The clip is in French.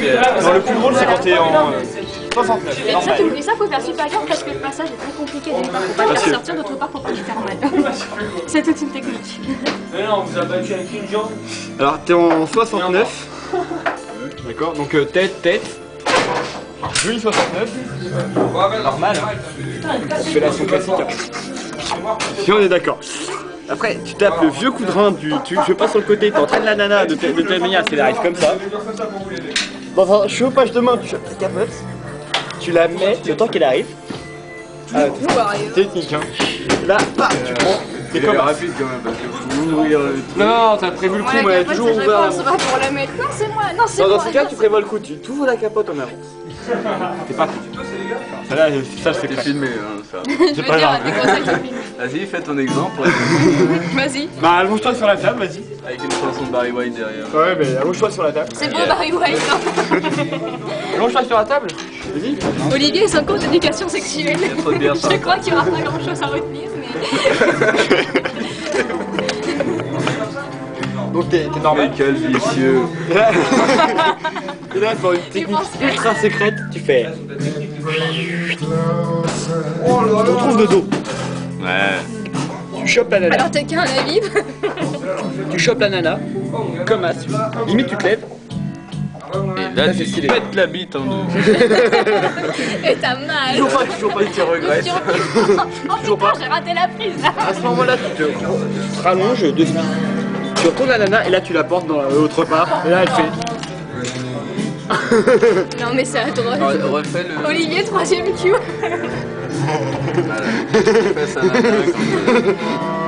Non, le plus drôle, c'est quand t'es en euh, 69, Et ça, tu normal. me dis ça, faut faire super gaffe parce que le passage est très compliqué. D'une part, faut pas le Parce que- faire sortir, d'autre part, faut pas le faire mal. C'est toute une technique. Mais non, on vous a battu avec une jambe. Alors, t'es en 69. D'accord, donc euh, tête, tête. Joli 69. Normal. hein. Fellation classique. hein. Si on est d'accord. Après, tu tapes le vieux coup de rein, du, tu, je passe sur le côté, t'entraînes la nana de, te- de telle manière, c'est arrive comme ça. Dans un chopage de main, tu chopes ta capote, tu la mets le temps qu'elle arrive. Ah, bah, euh, technique, hein. Là, bah, tu prends. C'est comme rapide quand même. Non, non, t'as prévu le coup, mais toujours on va. va pour la mettre. Non, c'est moi, non, c'est Non, moi. dans ces cas, tu prévois le coup, tu t'ouvres la capote en avant. T'es pas fou. Ça, là, ça, c'est clair. filmé, hein, ça. Je veux pas dire, grave. des conseils de film. Vas-y, fais ton exemple hein, Vas-y. Bah, allonge-toi sur la table, vas-y. avec une chanson de Barry White derrière. Ouais, mais allonge-toi sur la table. C'est beau, Barry White. hein. Allonge-toi sur la table Vas-y. Olivier, son cours d'éducation sexuelle. Il y a trop de bière, ça. Je crois qu'il n'y aura pas grand-chose à retenir, mais... Donc, t'es t'es normal. Michael vicieux. Et là, et là, pour une Tu technique penses que- ultra secrète, tu fais. On te retrouve de dos. Ouais. Tu chopes la nana. Alors, t'es qu'un à vivre Tu chopes la nana. Comme as. Limite, tu te lèves. Et là, tu pètes la bite en deux. et t'as mal. Toujours pas, toujours pas. Tu regrettes. Sur- Oh putain, j'ai raté la prise, là. À ce moment-là, tu te tu te rallonges de Tu retournes la nana et là, tu la portes dans l'autre part. Et là, elle fait. Non, mais ça, ton Refais le. Olivier, troisième Q. Fais ça, là, comme